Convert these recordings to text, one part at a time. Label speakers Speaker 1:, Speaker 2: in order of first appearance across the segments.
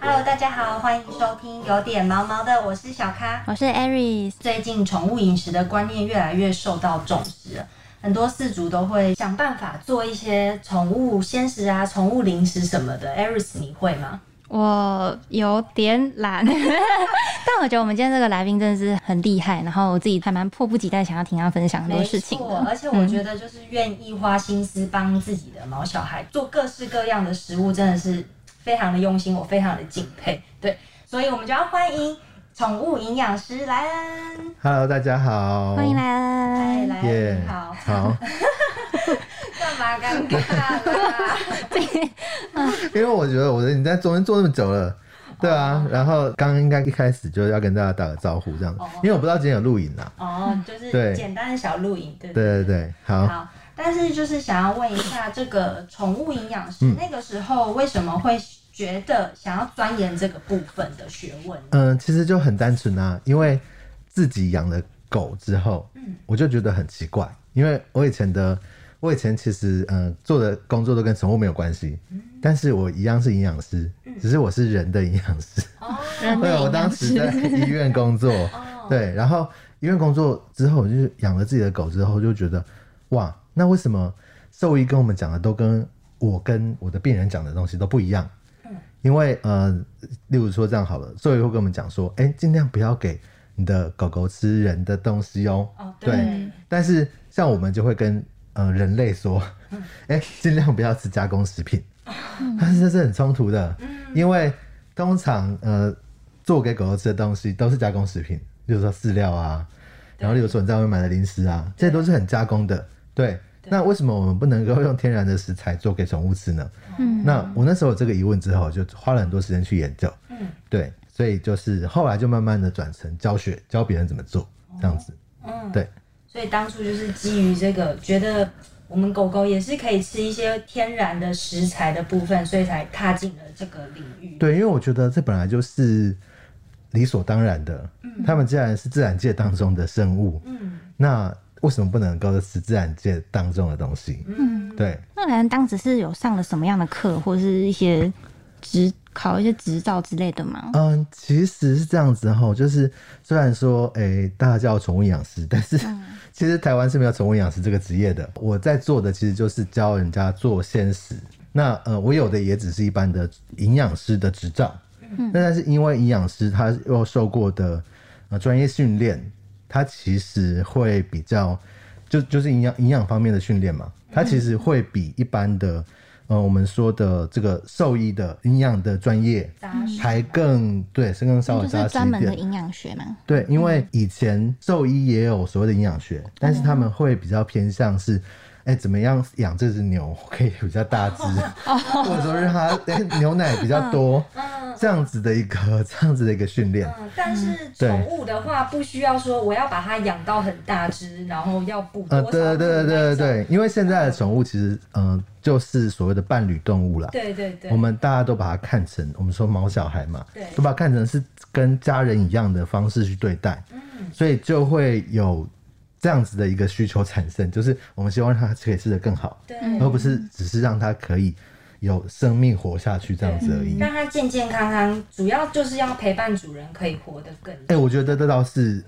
Speaker 1: Hello，大家好，欢迎收听有点毛毛的，我是小咖。
Speaker 2: 我是 Aries，
Speaker 1: 最近宠物饮食的观念越来越受到重视了，很多饲主都会想办法做一些宠物鲜食啊、宠物零食什么的。Aris，你会吗？
Speaker 2: 我有点 懒，但我觉得我们今天这个来宾真的是很厉害，然后我自己还蛮迫不及待想要听他分享很多
Speaker 1: 没
Speaker 2: 事情的。
Speaker 1: 错，而且我觉得就是愿意花心思帮自己的毛小孩做各式各样的食物，真的是非常的用心，我非常的敬佩。对，所以我们就要欢迎宠物营养师莱恩。
Speaker 3: Hello，大家好，
Speaker 2: 欢迎来
Speaker 1: 嗨，
Speaker 2: 恩，
Speaker 1: 莱
Speaker 3: 耶
Speaker 1: 恩，你好。
Speaker 3: 好，
Speaker 1: 干嘛尴尬啦？
Speaker 3: 因为我觉得我的你在中间做那么久了，对啊，然后刚刚应该一开始就要跟大家打个招呼这样
Speaker 1: 哦，
Speaker 3: 因为我不知道今天有录影啊，
Speaker 1: 哦，就是
Speaker 3: 对
Speaker 1: 简单的小录影，对不对？
Speaker 3: 对对对，好，
Speaker 1: 好，但是就是想要问一下这个宠物营养
Speaker 3: 嗯
Speaker 1: 师，那个时候为什么会觉得想要钻研这个部分的学问呢？
Speaker 3: 嗯，其实就很单纯啊，因为自己养了狗之后，
Speaker 1: 嗯
Speaker 3: 我就觉得很奇怪，因为我以前的我以前其实嗯做的工作都跟宠物没有关系，
Speaker 1: 嗯
Speaker 3: 但是我一样是营养师，只是我是人的营养师。
Speaker 2: 人
Speaker 3: 对，
Speaker 2: 类
Speaker 3: 我
Speaker 2: 营养
Speaker 3: 当时
Speaker 2: 师，
Speaker 3: 在医院工作，对，然后医院工作之后，我就是养了自己的狗之后，就觉得哇，那为什么兽医跟我们讲的都跟我跟我的病人讲的东西都不一样？因为呃，例如说这样好了，兽医会跟我们讲说，哎、尽量不要给你的狗狗吃人的东西哦。
Speaker 1: 哦，
Speaker 3: 对，但是像我们就会跟呃人类说， 哎、尽量不要吃加工食品，但是这是很冲突的，因为通常呃做给狗狗吃的东西都是加工食品，例如说饲料啊，然后例如说你在外面买的零食啊，这些都是很加工的，对。那为什么我们不能够用天然的食材做给宠物吃呢？
Speaker 2: 嗯，
Speaker 3: 那我那时候有这个疑问之后，就花了很多时间去研究，
Speaker 1: 嗯
Speaker 3: 对，所以就是后来就慢慢的转成教学，教别人怎么做这样子，
Speaker 1: 嗯，
Speaker 3: 对。
Speaker 1: 所以当初就是基于这个，觉得我们狗狗也是可以吃一些天然的食材的部分，所以才踏进了这个领域。
Speaker 3: 对，因为我觉得这本来就是理所当然的。他们既然是自然界当中的生物，
Speaker 1: 嗯
Speaker 3: 那为什么不能够吃自然界当中的东西？
Speaker 1: 嗯，
Speaker 3: 对，
Speaker 2: 那莱恩当时是有上了什么样的课，或是一些执考一些执照之类的吗？
Speaker 3: 嗯，其实是这样子哈，就是虽然说，诶、大家叫宠物营养师，但是其实台湾是没有宠物营养师这个职业的。我在做的其实就是教人家做鲜食。那呃，我有的也只是一般的营养师的执照，那但是因为营养师他又受过的呃专业训练，他其实会比较就就是营养营养方面的训练嘛，它其实会比一般的呃我们说的这个兽医的营养的专业
Speaker 1: 扎实
Speaker 3: 还更对，是更
Speaker 2: 嗯
Speaker 3: 稍
Speaker 2: 就
Speaker 3: 微扎
Speaker 2: 是
Speaker 3: 实
Speaker 2: 专
Speaker 3: 一
Speaker 2: 门的
Speaker 3: 点。
Speaker 2: 营养嗯学嘛，
Speaker 3: 对，因为以前兽医也有所谓的营养学，
Speaker 2: 嗯
Speaker 3: 但是他们会比较偏向是，哎、怎么样养这只牛 可以比较大只，
Speaker 1: 哦
Speaker 3: 或者说让它哎、牛奶比较多，
Speaker 2: 嗯
Speaker 3: 这样子的一个 这样子的一个训练。
Speaker 1: 嗯，但是宠物的话，不需要说我要把它养到很大只，然后要补多
Speaker 3: 呃，
Speaker 1: 嗯少
Speaker 3: 对对对对对对，因为现在的宠物其实，嗯、就是所谓的伴侣动物啦。
Speaker 1: 对对对，
Speaker 3: 我们大家都把它看成，我们说毛小孩嘛
Speaker 1: 对，
Speaker 3: 都把它看成是跟家人一样的方式去对待，
Speaker 1: 嗯
Speaker 3: 所以就会有这样子的一个需求产生，就是我们希望让它可以吃得更好，
Speaker 1: 对，
Speaker 3: 而不是只是让它可以有生命活下去这样子而已。
Speaker 1: 让它健健康康，主要就是要陪伴主人可以活得更
Speaker 3: 哎、我觉得这倒是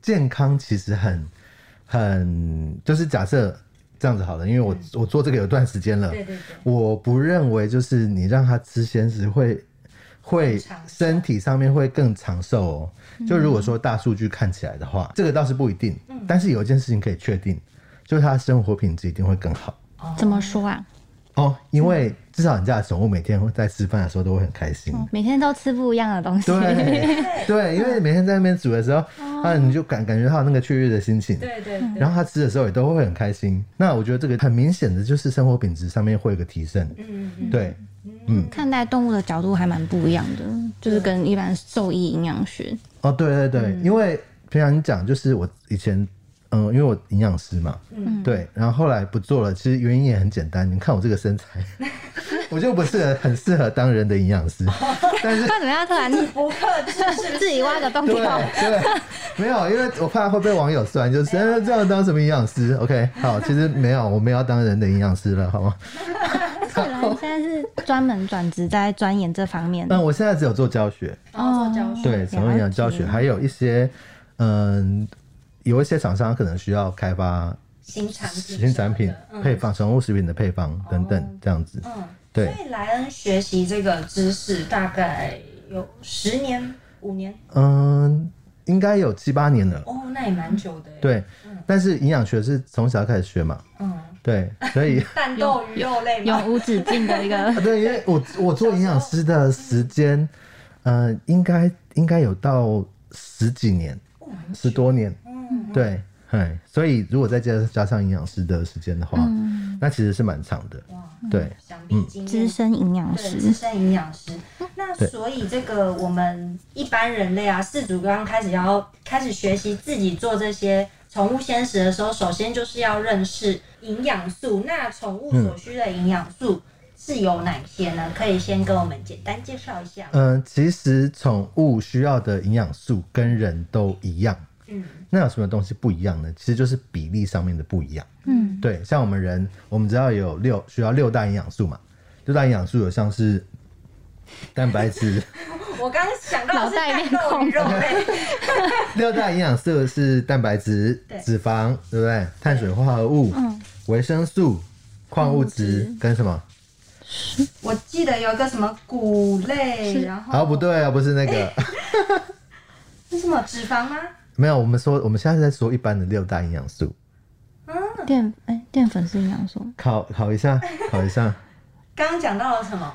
Speaker 3: 健康，其实很很就是假设这样子好了，因为我、我做这个有段时间了，
Speaker 1: 嗯对对对
Speaker 3: 我不认为就是你让他吃鲜食会会
Speaker 1: 长寿
Speaker 3: 身体上面会更长寿哦。
Speaker 1: 嗯
Speaker 3: 就如果说大数据看起来的话，这个倒是不一定，但是有一件事情可以确定，就是他的生活品质一定会更好。
Speaker 2: 怎么说啊？
Speaker 3: 哦，因为
Speaker 1: 嗯
Speaker 3: 至少你家的宠物每天会在吃饭的时候都会很开心，
Speaker 1: 哦
Speaker 2: 每天都吃不一样的东 西，
Speaker 3: 对对，因
Speaker 1: 嗯
Speaker 3: 为每天在那边煮的时候，啊，你就感感觉到那个雀跃的心情，
Speaker 1: 哦对对对，
Speaker 3: 然后他吃的时候也都会很开心。那我觉得这个很明显的就是生活品质上面会有个提升，
Speaker 1: 嗯嗯
Speaker 3: 对，
Speaker 2: 看待动物的角度还蛮不一样的，就是跟一般兽医营养学。
Speaker 3: 哦，对对对，因为平常你讲就是我以前，嗯，因为我营养师嘛，嗯，对，然后后来不做了，其实原因也很简单，你看我这个身材，我就不是很很适合当人的营养师，但 是
Speaker 2: 那怎么样？突然
Speaker 1: 嗯，不克制是不
Speaker 2: 自己挖个洞
Speaker 3: 对
Speaker 2: 跳，
Speaker 3: 对，没有，因为我怕会被网友酸，就是、哎这样当什么营养师？OK，好，其实没有，我们要当人的营养师了，好吗？
Speaker 2: 所以兰现在是专门转职在钻研这方面
Speaker 3: 但我现在只有做教学，
Speaker 1: 然后做教学。
Speaker 3: 对，宠物营养教学，还有一些，嗯，有一些厂商可能需要开发
Speaker 1: 新产品，
Speaker 3: 新产品
Speaker 1: 嗯
Speaker 3: 配方、宠物食品的配方等等这样子。
Speaker 1: 嗯，
Speaker 3: 对
Speaker 1: 所以莱恩学习这个知识大概有十年、五年
Speaker 3: 嗯，应该有七八年了。
Speaker 1: 哦，嗯那也蛮久的耶。，
Speaker 3: 对，但是营养学是从小开始学嘛，
Speaker 1: 嗯，
Speaker 3: 对，所以
Speaker 1: 蛋豆鱼肉类嘛，
Speaker 2: 永无止境的一个
Speaker 3: 啊，对，因为我我做营养师的时间，呃，应该应该有到十几年，
Speaker 1: 哦蛮
Speaker 3: 十多年，
Speaker 1: 嗯，
Speaker 3: 对，哎，所以如果再加加上营养师的时间的话，那其实是蛮长的，
Speaker 1: 嗯哇，
Speaker 3: 对，
Speaker 1: 想必
Speaker 3: 嗯
Speaker 1: 经
Speaker 2: 资
Speaker 1: 验
Speaker 2: 深营养
Speaker 1: 对，资
Speaker 2: 师。
Speaker 1: 深营养师。那
Speaker 3: 对
Speaker 1: 所以这个我们一般人类啊，饲主刚刚开始要开始学习自己做这些宠物鲜食的时候，首先就是要认识营养素。那宠
Speaker 2: 嗯
Speaker 1: 物所需的营养素是有哪些呢？可以先跟我们简单介绍一下吗。
Speaker 3: 嗯、其实宠物需要的营养素跟人都一样，
Speaker 1: 嗯
Speaker 3: 那有什么东西不一样呢？其实就是比例上面的不一样。
Speaker 2: 嗯，
Speaker 3: 对，像我们人，我们只要有六需要六大营养素嘛，六大营养素有像是蛋白质。
Speaker 1: 我刚刚想到的是
Speaker 2: 嗯脑袋一
Speaker 1: 蛋
Speaker 2: 片
Speaker 1: 豆鱼
Speaker 2: 空
Speaker 1: 肉类，
Speaker 3: 六大营养素是蛋白质
Speaker 1: 对、
Speaker 3: 脂肪，对不对？碳水化合物、维生素、矿物质跟什么？
Speaker 1: 我记得有一个什么谷类，然
Speaker 3: 好，
Speaker 1: 后
Speaker 3: 不对啊，不是那个，
Speaker 1: 是什么脂肪吗？
Speaker 3: 没有。我们说，我们现在是在说一般的六大营养素，
Speaker 2: 淀哎淀粉是营养素，
Speaker 3: 考考一下，考一下，
Speaker 1: 刚刚讲到了什么？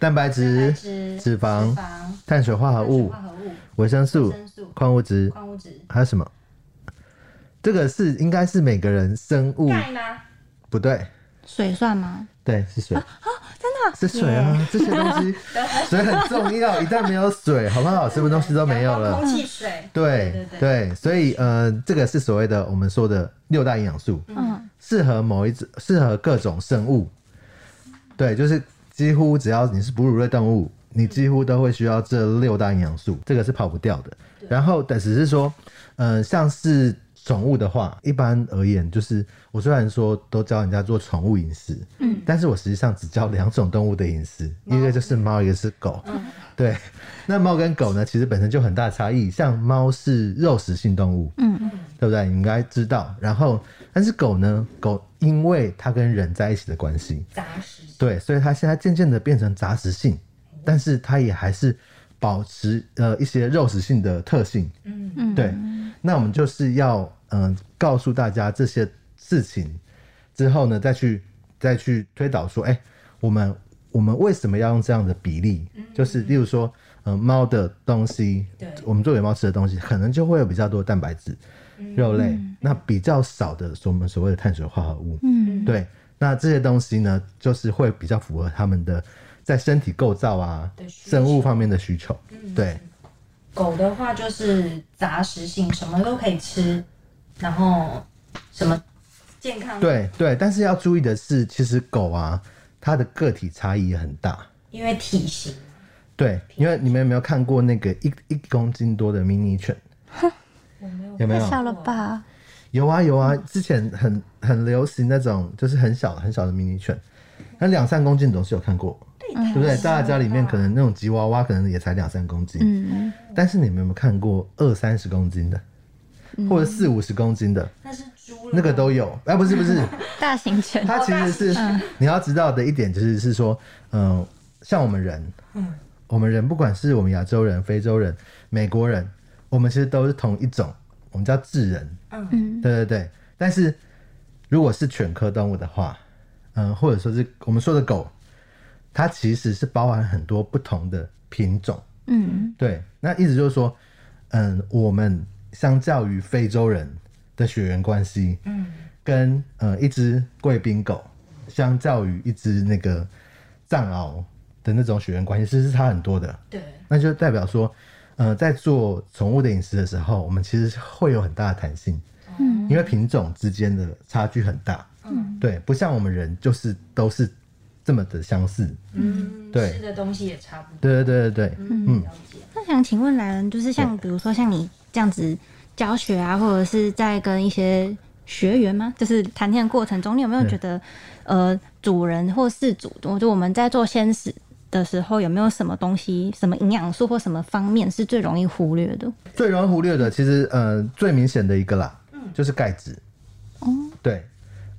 Speaker 3: 蛋白
Speaker 1: 蛋白
Speaker 3: 质、
Speaker 1: 质、
Speaker 3: 脂肪
Speaker 1: 脂肪、
Speaker 3: 碳水化合
Speaker 1: 碳水
Speaker 3: 物
Speaker 1: 化、合物、
Speaker 3: 维生素
Speaker 1: 维生素、
Speaker 3: 矿物质，
Speaker 1: 矿物质。
Speaker 3: 还有什么？这个是应该是每个人生物
Speaker 1: 钙吗？
Speaker 3: 不对，
Speaker 2: 水算吗？
Speaker 3: 对，是水，
Speaker 2: 真的啊
Speaker 3: 是水啊，这些 东西水很重要，一旦没有水，好不好？什么东西都没有
Speaker 1: 阳
Speaker 3: 了
Speaker 1: 光。空气、水。
Speaker 3: 对
Speaker 1: 对
Speaker 3: 对，所以呃，这个是所谓的我们说的六大营养素，
Speaker 2: 嗯，
Speaker 3: 适合某一种，适合各种生物。对，就是几乎只要你是哺乳类动物，你几乎都会需要这六大营养素，这个是跑不掉的。然后，但只是说，呃，像是宠物的话，一般而言，就是我虽然说都教人家做宠物饮食，嗯，哦但是我实际上只教两种动物的饮食，一个就是猫，一个是狗。对，那猫跟狗呢，其实本身就很大差异。像猫是肉食性动物，嗯，对不对？你应该知道。然后，但是狗呢，狗因为它跟人在一起的关系，
Speaker 1: 杂食性。
Speaker 3: 对，所以它现在渐渐的变成杂食性，但是它也还是保持呃一些肉食性的特性。
Speaker 1: 嗯，
Speaker 3: 对，那我们就是要嗯、呃告诉大家这些事情之后呢，再去再去推导说，哎、我们我们为什么要用这样的比例？就是例如说，嗯、猫的东西
Speaker 1: 对，
Speaker 3: 我们做给猫吃的东西，可能就会有比较多的蛋白质、
Speaker 1: 嗯
Speaker 3: 肉类，那比较少的我们所谓的碳水化合物。
Speaker 2: 嗯，
Speaker 3: 对，那这些东西呢，就是会比较符合他们的在身体构造啊
Speaker 1: 的、需
Speaker 3: 生物方面的需求。对，
Speaker 1: 狗的话就是杂食性，什么都可以吃，然后什么健康，，
Speaker 3: 对对，但是要注意的是，其实狗啊，它的个体差异也很大。
Speaker 1: 因为体型
Speaker 3: 对，因为你们有没有看过那个一一公斤多的迷你犬？
Speaker 1: 我没有
Speaker 3: 有没
Speaker 2: 太
Speaker 3: 有？
Speaker 2: 小了吧？
Speaker 3: 有啊有啊，之前很很流行那种，就是很小很小的迷你犬，那两三公斤总是有看过，对不对？大家家里面可能那种吉娃娃可能也才两三公斤，
Speaker 2: 嗯，
Speaker 3: 但是你们有没有看过二三十公斤的，或者四五十公斤的，
Speaker 1: 那是猪了，
Speaker 3: 那个都有？哎，不是不是，
Speaker 2: 大型犬，
Speaker 3: 它其实是
Speaker 1: 嗯
Speaker 3: 你要知道的一点就是是说，嗯、像我们人，
Speaker 1: 嗯
Speaker 3: 我们人不管是我们亚洲人、非洲人、美国人，我们其实都是同一种，我们叫智人，
Speaker 1: 嗯，
Speaker 3: 对对对。但是如果是犬科动物的话，嗯、或者说是我们说的狗，它其实是包含很多不同的品种，
Speaker 2: 嗯，
Speaker 3: 对，那意思就是说，嗯，我们相较于非洲人的血缘关系，嗯，跟呃一只贵宾狗，相较于一只那个藏獒的那种血缘关系，其实是差很多的。
Speaker 1: 对，
Speaker 3: 那就代表说，呃，在做宠物的饮食的时候，我们其实是会有很大的弹性，嗯，因为品种之间的差距很大，嗯，对，不像我们人就是都是这么的相似，
Speaker 1: 嗯，
Speaker 3: 对
Speaker 1: 吃的东西也差不多，
Speaker 3: 对对对对对，嗯
Speaker 1: 了解。
Speaker 2: 那想请问来人，就是像比如说像你这样子教学啊，或者是在跟一些学员吗？就是谈天的过程中，你有没有觉得，呃，主人或饲主，我就我们在做鲜食的时候，有没有什么东西、什么营养素或什么方面是最容易忽略的？
Speaker 3: 最容易忽略的，其实呃最明显的一个啦，就是钙质。嗯哦，对，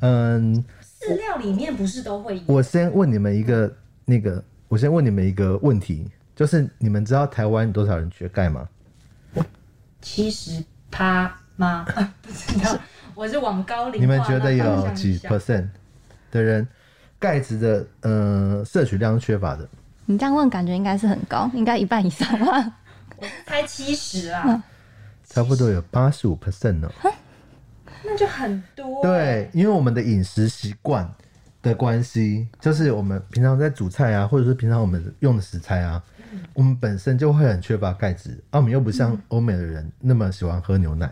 Speaker 3: 嗯，
Speaker 1: 饲料里面不是都会有？
Speaker 3: 我先问你们一个那个，我先问你们一个问题，就是你们知道台湾有多少人缺钙吗？
Speaker 1: 七十趴吗？ 不知道，我是往高龄化
Speaker 3: 你们觉得
Speaker 1: 那方
Speaker 3: 有
Speaker 1: 向
Speaker 3: 几
Speaker 1: 想
Speaker 3: percent 的人钙质的呃摄取量是缺乏的？
Speaker 2: 你这样问，感觉应该是很高，应该一半以上吧？
Speaker 1: 才七十啊，
Speaker 3: 差不多有八十五 percent 呢。
Speaker 1: 那就很多。
Speaker 3: 对，，因为我们的饮食习惯的关系，就是我们平常在煮菜啊，或者是平常我们用的食材啊，
Speaker 1: 嗯
Speaker 3: 我们本身就会很缺乏钙质，啊，我们又不像欧美的人那么喜欢喝牛奶。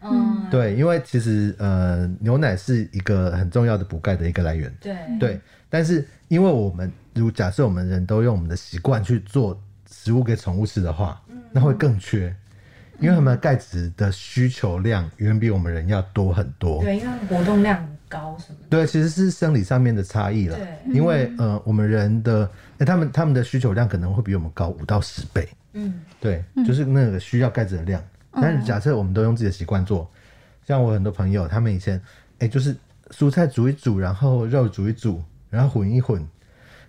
Speaker 1: 嗯，
Speaker 3: 对，因为其实呃，牛奶是一个很重要的补钙的一个来源。
Speaker 1: 对，
Speaker 3: 对，但是因为我们如假设我们人都用我们的习惯去做食物给宠物吃的话，
Speaker 1: 嗯
Speaker 3: 那会更缺，因为他们的钙质的需求量远比我们人要多很多。
Speaker 1: 对，因为它们活动量很高什么的。
Speaker 3: 对，其实是生理上面的差异了
Speaker 1: 对，嗯
Speaker 3: 因为呃，我们人的、诶他们他们的需求量可能会比我们高五到十倍，
Speaker 1: 嗯，
Speaker 3: 对，就是那个需要钙质的量。但是假设我们都用自己的习惯做，像我很多朋友，他们以前哎、就是蔬菜煮一煮，然后肉煮一煮，然后混一混，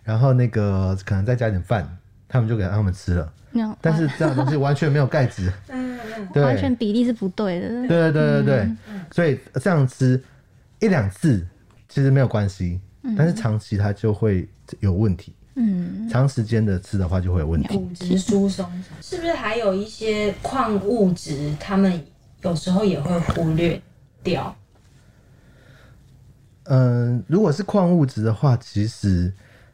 Speaker 3: 然后那个可能再加点饭，他们就给他们吃了。
Speaker 2: 那样
Speaker 3: 但是这样的东西完全没有钙质，
Speaker 1: 嗯
Speaker 3: 对，
Speaker 2: 完全比例是不对的。
Speaker 3: 对对对对对，所以这样吃一两次其实没有关系，但是长期它就会有问题。嗯，长时间的吃的话就会有问题。
Speaker 1: 骨质疏松是不是还有一些矿物质，他们有时候也会忽略掉？
Speaker 3: 嗯，如果是矿物质的话，其实，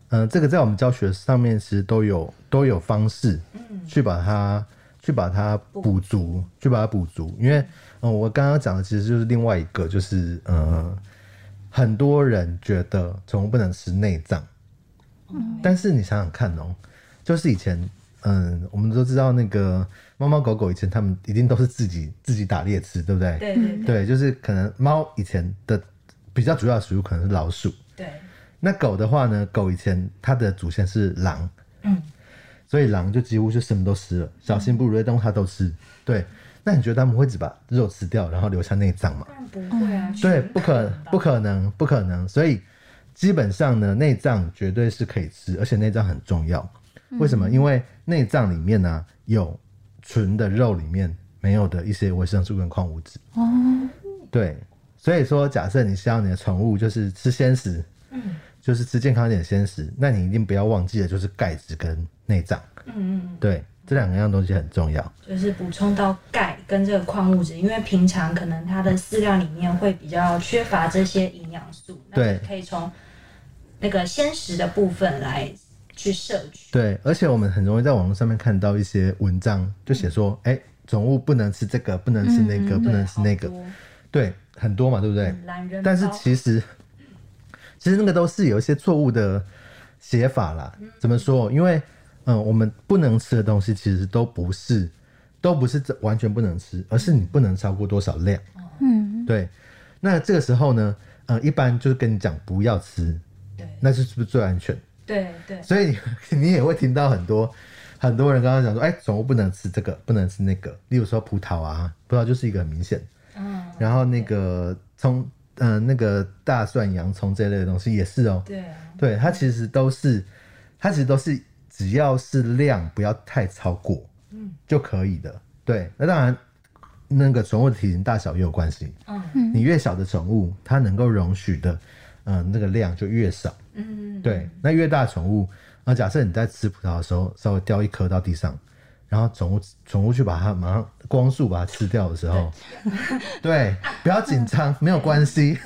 Speaker 3: 嗯，这个在我们教学上面其实都有都有方式，去把它去把它补足，去把它补足。因为，嗯，我刚刚讲的其实就是另外一个，就是，呃，很多人觉得宠物不能吃内脏，
Speaker 1: 嗯
Speaker 3: 但是你想想看哦，就是以前，嗯，我们都知道那个猫猫狗狗以前他们一定都是自己自己打猎吃，对不对？
Speaker 1: 对对
Speaker 3: 对，就是可能猫以前的比较主要的食物可能是老鼠，
Speaker 1: 对，
Speaker 3: 那狗的话呢，狗以前它的祖先是狼，
Speaker 1: 嗯，
Speaker 3: 所以狼就几乎是什么都吃了，小型哺乳类动物它都吃。对，那你觉得他们会只把肉吃掉，然后留下内脏吗？
Speaker 1: 当然不会啊，
Speaker 3: 嗯对，
Speaker 1: 全
Speaker 3: 不可
Speaker 1: 吧
Speaker 3: 不可能， 不可能。所以基本上呢，内脏绝对是可以吃，而且内脏很重要。为什么？因为内脏里面呢、有纯的肉里面没有的一些维生素跟矿物质。哦，对，所以说，假设你希望你的宠物就是吃鲜食，就是吃健康一点的鲜食，那你一定不要忘记的就是钙质跟内脏。嗯嗯，对，这两样东西很重要。
Speaker 1: 就是补充到钙跟这个矿物质，因为平常可能它的饲料里面会比较缺乏这些营养素，那
Speaker 3: 对
Speaker 1: 你可以从那个鲜食的部分来去摄取。
Speaker 3: 对，而且我们很容易在网络上面看到一些文章，就
Speaker 1: 嗯
Speaker 3: 写说，哎、宠物不能吃这个，不能吃那个，不
Speaker 1: 对
Speaker 3: 能吃那个
Speaker 1: 好，多嗯
Speaker 3: 对，很多嘛，对不对？
Speaker 1: 懒人包，
Speaker 3: 但是其实，其实那个都是有一些错误的写法啦。
Speaker 1: 嗯
Speaker 3: 怎么说？因为，嗯，我们不能吃的东西其实都不是，都不是完全不能吃，而是你不能超过多少量。
Speaker 1: 哦
Speaker 3: 嗯，对。那这个时候呢，呃，一般就是跟你讲不要吃，
Speaker 1: 对
Speaker 3: 那就是不是最安全？
Speaker 1: 对对，
Speaker 3: 所以你 你也会听到很多很多人刚刚讲说，哎、宠物不能吃这个，不能吃那个。例如说葡萄啊，葡萄就是一个很明显。
Speaker 1: 嗯，
Speaker 3: 然后那个葱，嗯、那个大蒜、洋葱这类的东西也是哦、
Speaker 1: 对啊，
Speaker 3: 对，它其实都是，它其实都是只要是量不要太超过，嗯，就可以的。对，那当然。那个宠物的体型大小也有关系，嗯，你越小的宠物，它能够容许的，嗯、那个量就越少，
Speaker 1: 嗯，
Speaker 3: 对，那越大的宠物，那假设你在吃葡萄的时候稍微掉一颗到地上，然后宠物宠物去把它马上光速把它吃掉的时候，对， 不要紧张，没有关系，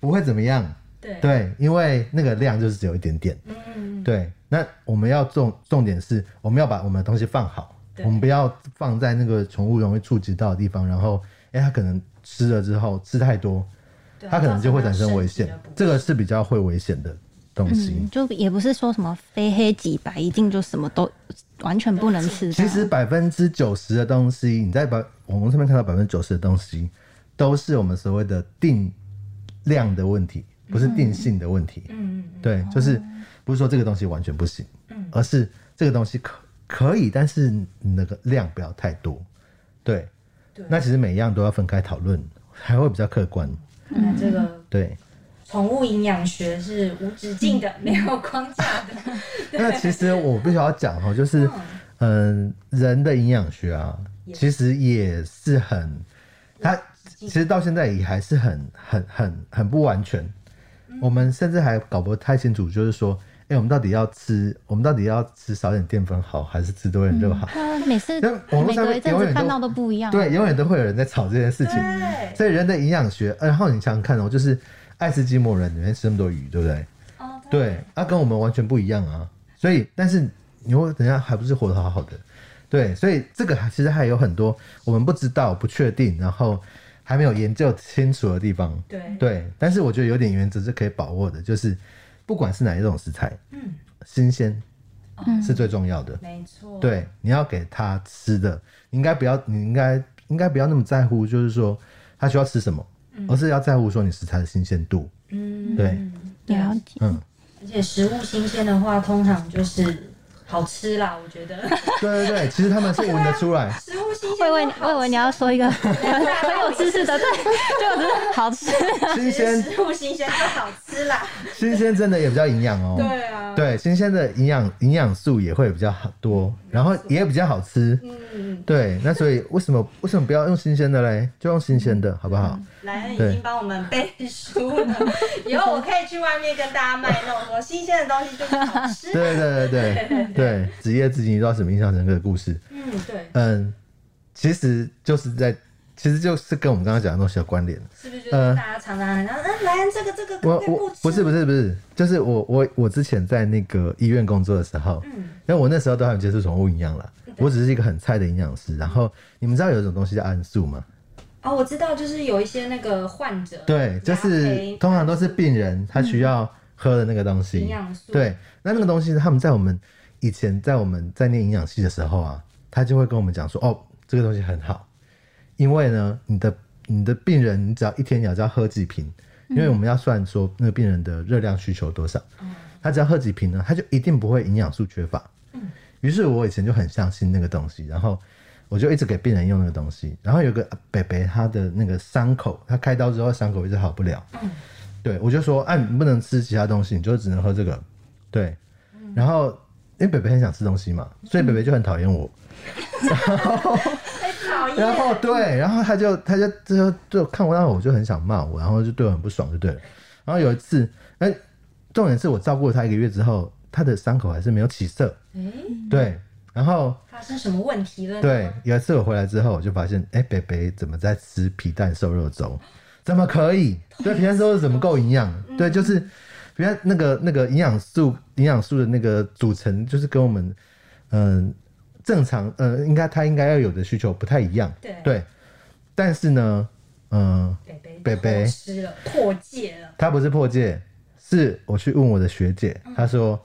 Speaker 3: 不会怎么样。
Speaker 1: 对
Speaker 3: 对，因为那个量就是只有一点点。
Speaker 1: 嗯，
Speaker 3: 对，那我们要重重点是，我们要把我们的东西放好，
Speaker 1: 对
Speaker 3: 我们不要放在那个宠物容易触及到的地方，然后，哎、它可能吃了之后吃太多，
Speaker 1: 对啊
Speaker 3: 它可能就会
Speaker 1: 造
Speaker 3: 产
Speaker 1: 成
Speaker 3: 生危
Speaker 1: 身体
Speaker 3: 险
Speaker 1: 的不，
Speaker 3: 这个是比较会危险的东西。
Speaker 2: 嗯，就也不是说什么非黑即白，一定就什么都完全不能吃这
Speaker 3: 其
Speaker 2: 样。
Speaker 1: 啊
Speaker 3: 实百分之九十的东西，你在百网络上面看到百分之九十的东西，都是我们所谓的定量的问题。不是定性的问题。
Speaker 1: 嗯嗯
Speaker 3: 对，就是不是说这个东西完全不行，
Speaker 1: 嗯
Speaker 3: 而是这个东西可可以，但是你那个量不要太多。对，
Speaker 1: 对
Speaker 3: 那其实每一样都要分开讨论，还会比较客观。
Speaker 1: 嗯，那这个
Speaker 3: 对，
Speaker 1: 宠物营养学是无止境的，没有框架的。
Speaker 3: 那其实我必须要讲哦，就是嗯、人的营养学啊，
Speaker 1: 也
Speaker 3: 其实也是很，它其实到现在也还是很很很很不完全。我们甚至还搞不太清楚，就是说，哎、我们到底要吃，我们到底要吃少点淀粉好，还是吃多点肉好？
Speaker 2: 他每次
Speaker 3: 但网络
Speaker 2: 每
Speaker 3: 上面
Speaker 2: 隔一阵
Speaker 3: 永
Speaker 2: 子
Speaker 3: 远都
Speaker 2: 看到都不一样。
Speaker 3: 对，永远都会有人在吵这件事情。
Speaker 1: 对，
Speaker 3: 所以人的营养学，呃然后你想想看哦，就是爱斯基摩人里面吃那么多鱼，对不对？
Speaker 1: 哦，
Speaker 3: 对，那、跟我们完全不一样啊。所以，但是你会等一下还不是活得好好的？对，所以这个还其实还有很多我们不知道、不确定，然后还没有研究清楚的地方。
Speaker 1: 对，
Speaker 3: 对，但是我觉得有点原则是可以把握的，就是不管是哪一种食材，
Speaker 1: 嗯，
Speaker 3: 新鲜是最重要的。
Speaker 1: 没错，，
Speaker 3: 对，你要给他吃的，你应该不要，你应该应该不要那么在乎，就是说他需要吃什么，而是要在乎说你食材的新鲜度。
Speaker 1: 嗯，
Speaker 3: 对，
Speaker 1: 对，
Speaker 2: 了解。
Speaker 3: 嗯，
Speaker 1: 而且食物新鲜的话，通常就是好吃啦，我觉 得
Speaker 3: 对对对，其实他们是闻得出来，
Speaker 1: 食物新鲜
Speaker 2: 慧
Speaker 1: 就
Speaker 2: 慧，
Speaker 1: 好
Speaker 2: 慧慧，你要说一个很有知识的，对，就有知识好 吃。
Speaker 1: 啊
Speaker 3: 新鲜
Speaker 1: 食物新鲜就好吃啦，
Speaker 3: 新鲜真的也比较营养哦。
Speaker 1: 对啊，
Speaker 3: 对，新鲜的营养营养素也会比较好多，然后也比较好吃。
Speaker 1: 嗯，
Speaker 3: 对，那所以为什么为什么不要用新鲜的嘞？就用新鲜
Speaker 1: 嗯
Speaker 3: 的好不好？
Speaker 1: 莱恩已
Speaker 3: 对
Speaker 1: 经帮我们背书 了，以后我可以去外面跟大家卖弄说新鲜的东西就是好 吃，
Speaker 3: 对对对对 对，职业自己遇到什么印象深刻的故事？
Speaker 1: 嗯，对，
Speaker 3: 嗯，其实就是在，其实就是跟我们刚刚讲的东西有关联。
Speaker 1: 是不是就是
Speaker 3: 呃
Speaker 1: 大家常常很像，嗯，莱恩这个这个
Speaker 3: 我
Speaker 1: 可可以
Speaker 3: 我
Speaker 1: 不吃，
Speaker 3: 不是不是不是，就是我我我之前在那个医院工作的时候，
Speaker 1: 嗯
Speaker 3: 因为我那时候都还没接触宠物营养啦，我只是一个很菜的营养师。然后你们知道有一种东西叫氨素吗？
Speaker 1: 哦，我知道，就是有一些那个患者，
Speaker 3: 对，就是通常都是病人他需要喝的那个东西，
Speaker 1: 营养素
Speaker 3: 对，那那个东西他们在我们以前在我们在念营养系的时候啊，他就会跟我们讲说，哦，这个东西很好，因为呢，你的你的病人你只要一天你只要喝几瓶，
Speaker 1: 嗯
Speaker 3: 因为我们要算说那个病人的热量需求多少，他只要喝几瓶呢，他就一定不会营养素缺乏。
Speaker 1: 嗯
Speaker 3: 于是我以前就很相信那个东西，然后我就一直给病人用那个东西。然后有个北北他的那个伤口，他开刀之后伤口一直好不了，对我就说，哎、你不能吃其他东西，你就只能喝这个，对。然后因为北北很想吃东西嘛，所以北北就很讨厌我。
Speaker 1: 哎，嗯讨厌，
Speaker 3: 然后对，然后他就他就就就看我，然后我就很想骂我，然后就对我很不爽，就对了。然后有一次，哎、重点是我照顾了他一个月之后，他的伤口还是没有起色，
Speaker 1: 哎，
Speaker 3: 对。然后
Speaker 1: 发生什么问题了？，
Speaker 3: 对，有一次我回来之后，我就发现，哎、北北怎么在吃皮蛋瘦肉粥？怎么 可以？对，皮蛋瘦肉怎么够营养？
Speaker 1: 嗯
Speaker 3: 对，就是皮蛋那个那个营养素，营养素的那个组成，就是跟我们嗯、正常呃，应该它应该要有的需求不太一样。
Speaker 1: 对
Speaker 3: 但是呢，嗯、
Speaker 1: 北北
Speaker 3: 北北
Speaker 1: 偷吃了，破戒了，
Speaker 3: 他不是破戒，是我去问我的学姐，她说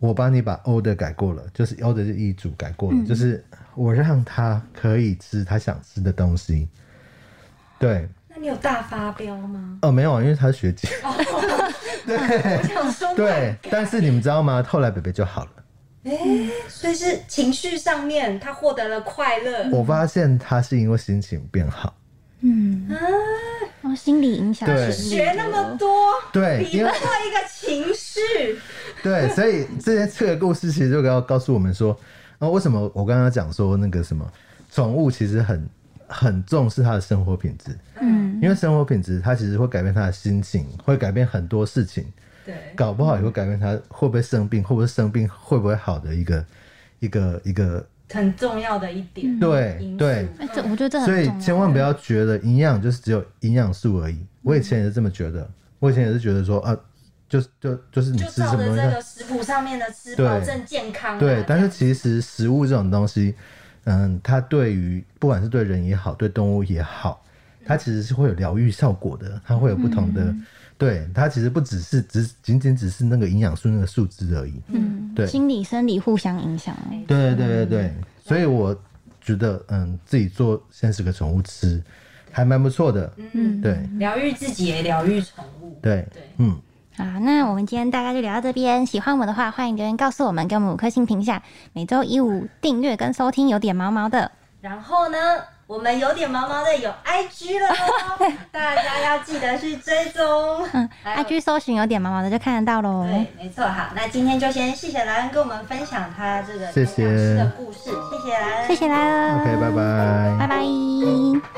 Speaker 3: 我帮你把 order 改过了，就是 order 是医嘱改过了，就是我让他可以吃他想吃的东西。对，
Speaker 1: 那你有大发飙吗？
Speaker 3: 哦，没有，啊，因为她是学姐。
Speaker 1: 我想说，
Speaker 3: 对，但是你们知道吗？后来北北就好了。
Speaker 1: 哎，所以是情绪上面他获得了快乐，
Speaker 3: 我发现他是因为心情变好。
Speaker 2: 嗯，然后心理影响
Speaker 3: 对
Speaker 2: 心理
Speaker 1: 学那么多，
Speaker 3: 对
Speaker 1: 比不
Speaker 3: 因为
Speaker 1: 过一个情绪，
Speaker 3: 对，所以这些这个故事其实就要告诉我们说，啊，为什么我刚刚讲说那个什么宠物其实很很重视它的生活品质，
Speaker 2: 嗯，
Speaker 3: 因为生活品质它其实会改变它的心情，会改变很多事情，
Speaker 1: 对，
Speaker 3: 搞不好也会改变它会不会生病，会不会生病，会不会好的一个一个一个
Speaker 1: 很重要的一点，
Speaker 3: 对
Speaker 1: 因素
Speaker 3: 对，
Speaker 2: 哎，这我觉得这很
Speaker 3: 所
Speaker 2: 重
Speaker 3: 以
Speaker 2: 要
Speaker 3: 千万不要觉得营养就是只有营养素而已。我以前也是这么觉得，我以前也是觉得说啊，就就嗯就是你
Speaker 1: 就
Speaker 3: 吃
Speaker 1: 照
Speaker 3: 什么
Speaker 1: 着
Speaker 3: 东西
Speaker 1: 这。个食谱上面的吃，
Speaker 3: 对
Speaker 1: 保证健康啊。
Speaker 3: 对，但是其实食物这种东西，嗯，它对于不管是对人也好，对动物也好，它其实是会有疗愈效果的，它会有不同的，对，它其实不只是只仅仅只是那个营养素那个数值而已，
Speaker 2: 嗯，
Speaker 3: 对
Speaker 2: 心理生理互相影响。
Speaker 3: 对对对对对，所以我觉得，嗯，自己做先是个宠物吃，还蛮不错的。
Speaker 1: 嗯，
Speaker 3: 对
Speaker 1: 疗愈自己也疗愈宠物。
Speaker 3: 对，
Speaker 1: 对，
Speaker 3: 嗯，
Speaker 2: 好，那我们今天大概就聊到这边。喜欢我们的话，欢迎留言告诉我们，给我们五颗星评价。每周一五订阅跟收听有点毛毛的，
Speaker 1: 然后呢，我们有点毛毛的有 IG 了 哦，大家要记得去追踪。
Speaker 2: 嗯
Speaker 1: 还有
Speaker 2: ，IG 搜寻有点毛毛的就看得到喽。
Speaker 1: 对，没错。好，那今天就先谢谢莱恩跟我们分享他这个
Speaker 3: 谢谢
Speaker 1: 营养师的故事，谢谢莱恩，
Speaker 2: 谢谢。莱恩，
Speaker 3: OK，拜
Speaker 2: 拜
Speaker 3: 拜。
Speaker 2: 拜